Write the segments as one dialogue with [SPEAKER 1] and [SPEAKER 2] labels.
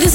[SPEAKER 1] this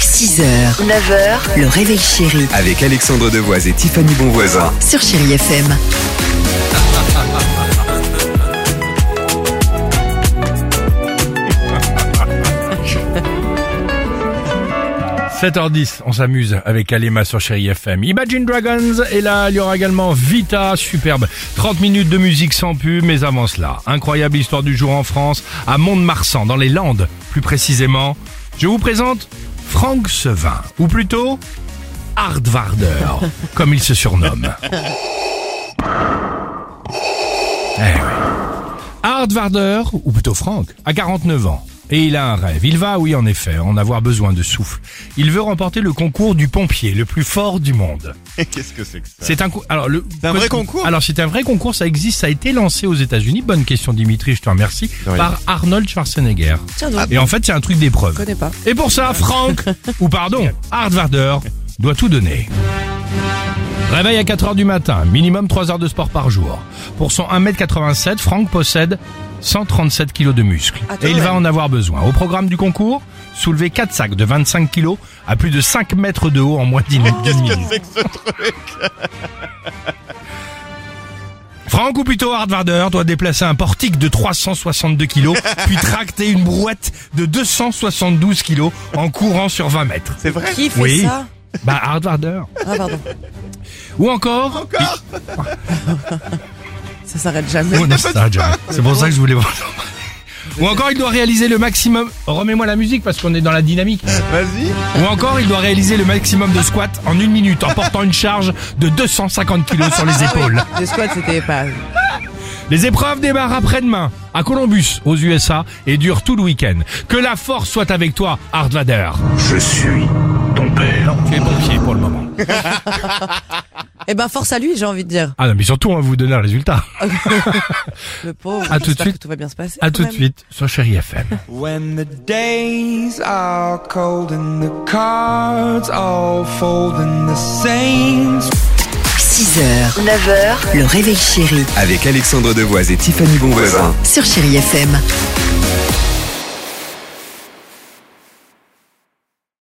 [SPEAKER 2] 6h, 9h, le réveil chéri
[SPEAKER 3] avec Alexandre Devoise et Tiffany Bonvoisin.
[SPEAKER 2] sur Chérie FM.
[SPEAKER 4] Ah, 7h10, on s'amuse avec Alema sur Chéri FM. Imagine Dragons, et là, il y aura également Vita, superbe. 30 minutes de musique sans pub, mais avant cela, incroyable histoire du jour en France, à Mont-de-Marsan, dans les Landes, plus précisément. Je vous présente Franck Sevin, ou plutôt Hardvarder, comme il se surnomme. Eh oui. Hardvarder, ou plutôt Franck, a 49 ans. Et il a un rêve. Il va, oui, en effet, en avoir besoin de souffle. Il veut remporter le concours du pompier le plus fort du monde.
[SPEAKER 5] Qu'est-ce que c'est que ça
[SPEAKER 4] C'est un, co- alors, le,
[SPEAKER 5] C'est un vrai concours
[SPEAKER 4] Alors, c'est un vrai concours, ça existe, ça a été lancé aux États-Unis. Bonne question, Dimitri, je te remercie.
[SPEAKER 5] De rien.
[SPEAKER 4] Par Arnold Schwarzenegger. Et en fait, c'est un truc d'épreuve. Et pour ça, Franck, ou pardon, Hardvarder, doit tout donner. Réveil à 4 heures du matin, minimum 3 heures de sport par jour. Pour son 1m87, Franck possède 137 kilos de muscles.
[SPEAKER 5] Ah,
[SPEAKER 4] et il va en avoir besoin. Au programme du concours, soulever 4 sacs de 25 kilos à plus de 5 mètres de haut en moins d'une d'une minute.
[SPEAKER 5] C'est que ce truc
[SPEAKER 4] Franck ou plutôt Hardvarder doit déplacer un portique de 362 kilos, puis tracter une brouette de 272 kilos en courant sur 20 mètres.
[SPEAKER 5] C'est vrai
[SPEAKER 6] Qui fait
[SPEAKER 4] Oui.
[SPEAKER 6] ça
[SPEAKER 4] Bah, Hardvarder.
[SPEAKER 6] Ah pardon,
[SPEAKER 4] Ou encore...
[SPEAKER 6] ça s'arrête jamais.
[SPEAKER 4] Oh, non, c'est un joke. C'est pour ça que je voulais voir. Ou encore, il doit réaliser le maximum... Remets-moi la musique parce qu'on est dans la dynamique.
[SPEAKER 5] Vas-y
[SPEAKER 4] Ou encore, il doit réaliser le maximum de squats en une minute en portant une charge de 250 kilos sur les épaules.
[SPEAKER 6] Le squat c'était pas...
[SPEAKER 4] Les épreuves démarrent après-demain à Columbus, aux USA, et durent tout le week-end. Que la force soit avec toi, Hardlader.
[SPEAKER 7] Je suis ton père.
[SPEAKER 4] Tu es pompier pour le moment.
[SPEAKER 6] Eh ben force à lui j'ai envie de dire.
[SPEAKER 4] Ah non, mais surtout, on va vous donner un résultat.
[SPEAKER 6] Le pauvre,
[SPEAKER 4] À tout de
[SPEAKER 6] j'espère
[SPEAKER 4] suite.
[SPEAKER 6] que tout va bien se passer.
[SPEAKER 4] À
[SPEAKER 6] quand
[SPEAKER 4] tout de
[SPEAKER 6] même.
[SPEAKER 4] suite sur Chéri FM.
[SPEAKER 8] When the days are cold and the cards all fold and the saints
[SPEAKER 2] 6h, 9h, le réveil chéri
[SPEAKER 3] Avec Alexandre Devoise et Tiffany Bonvoisin.
[SPEAKER 2] sur Chérie FM.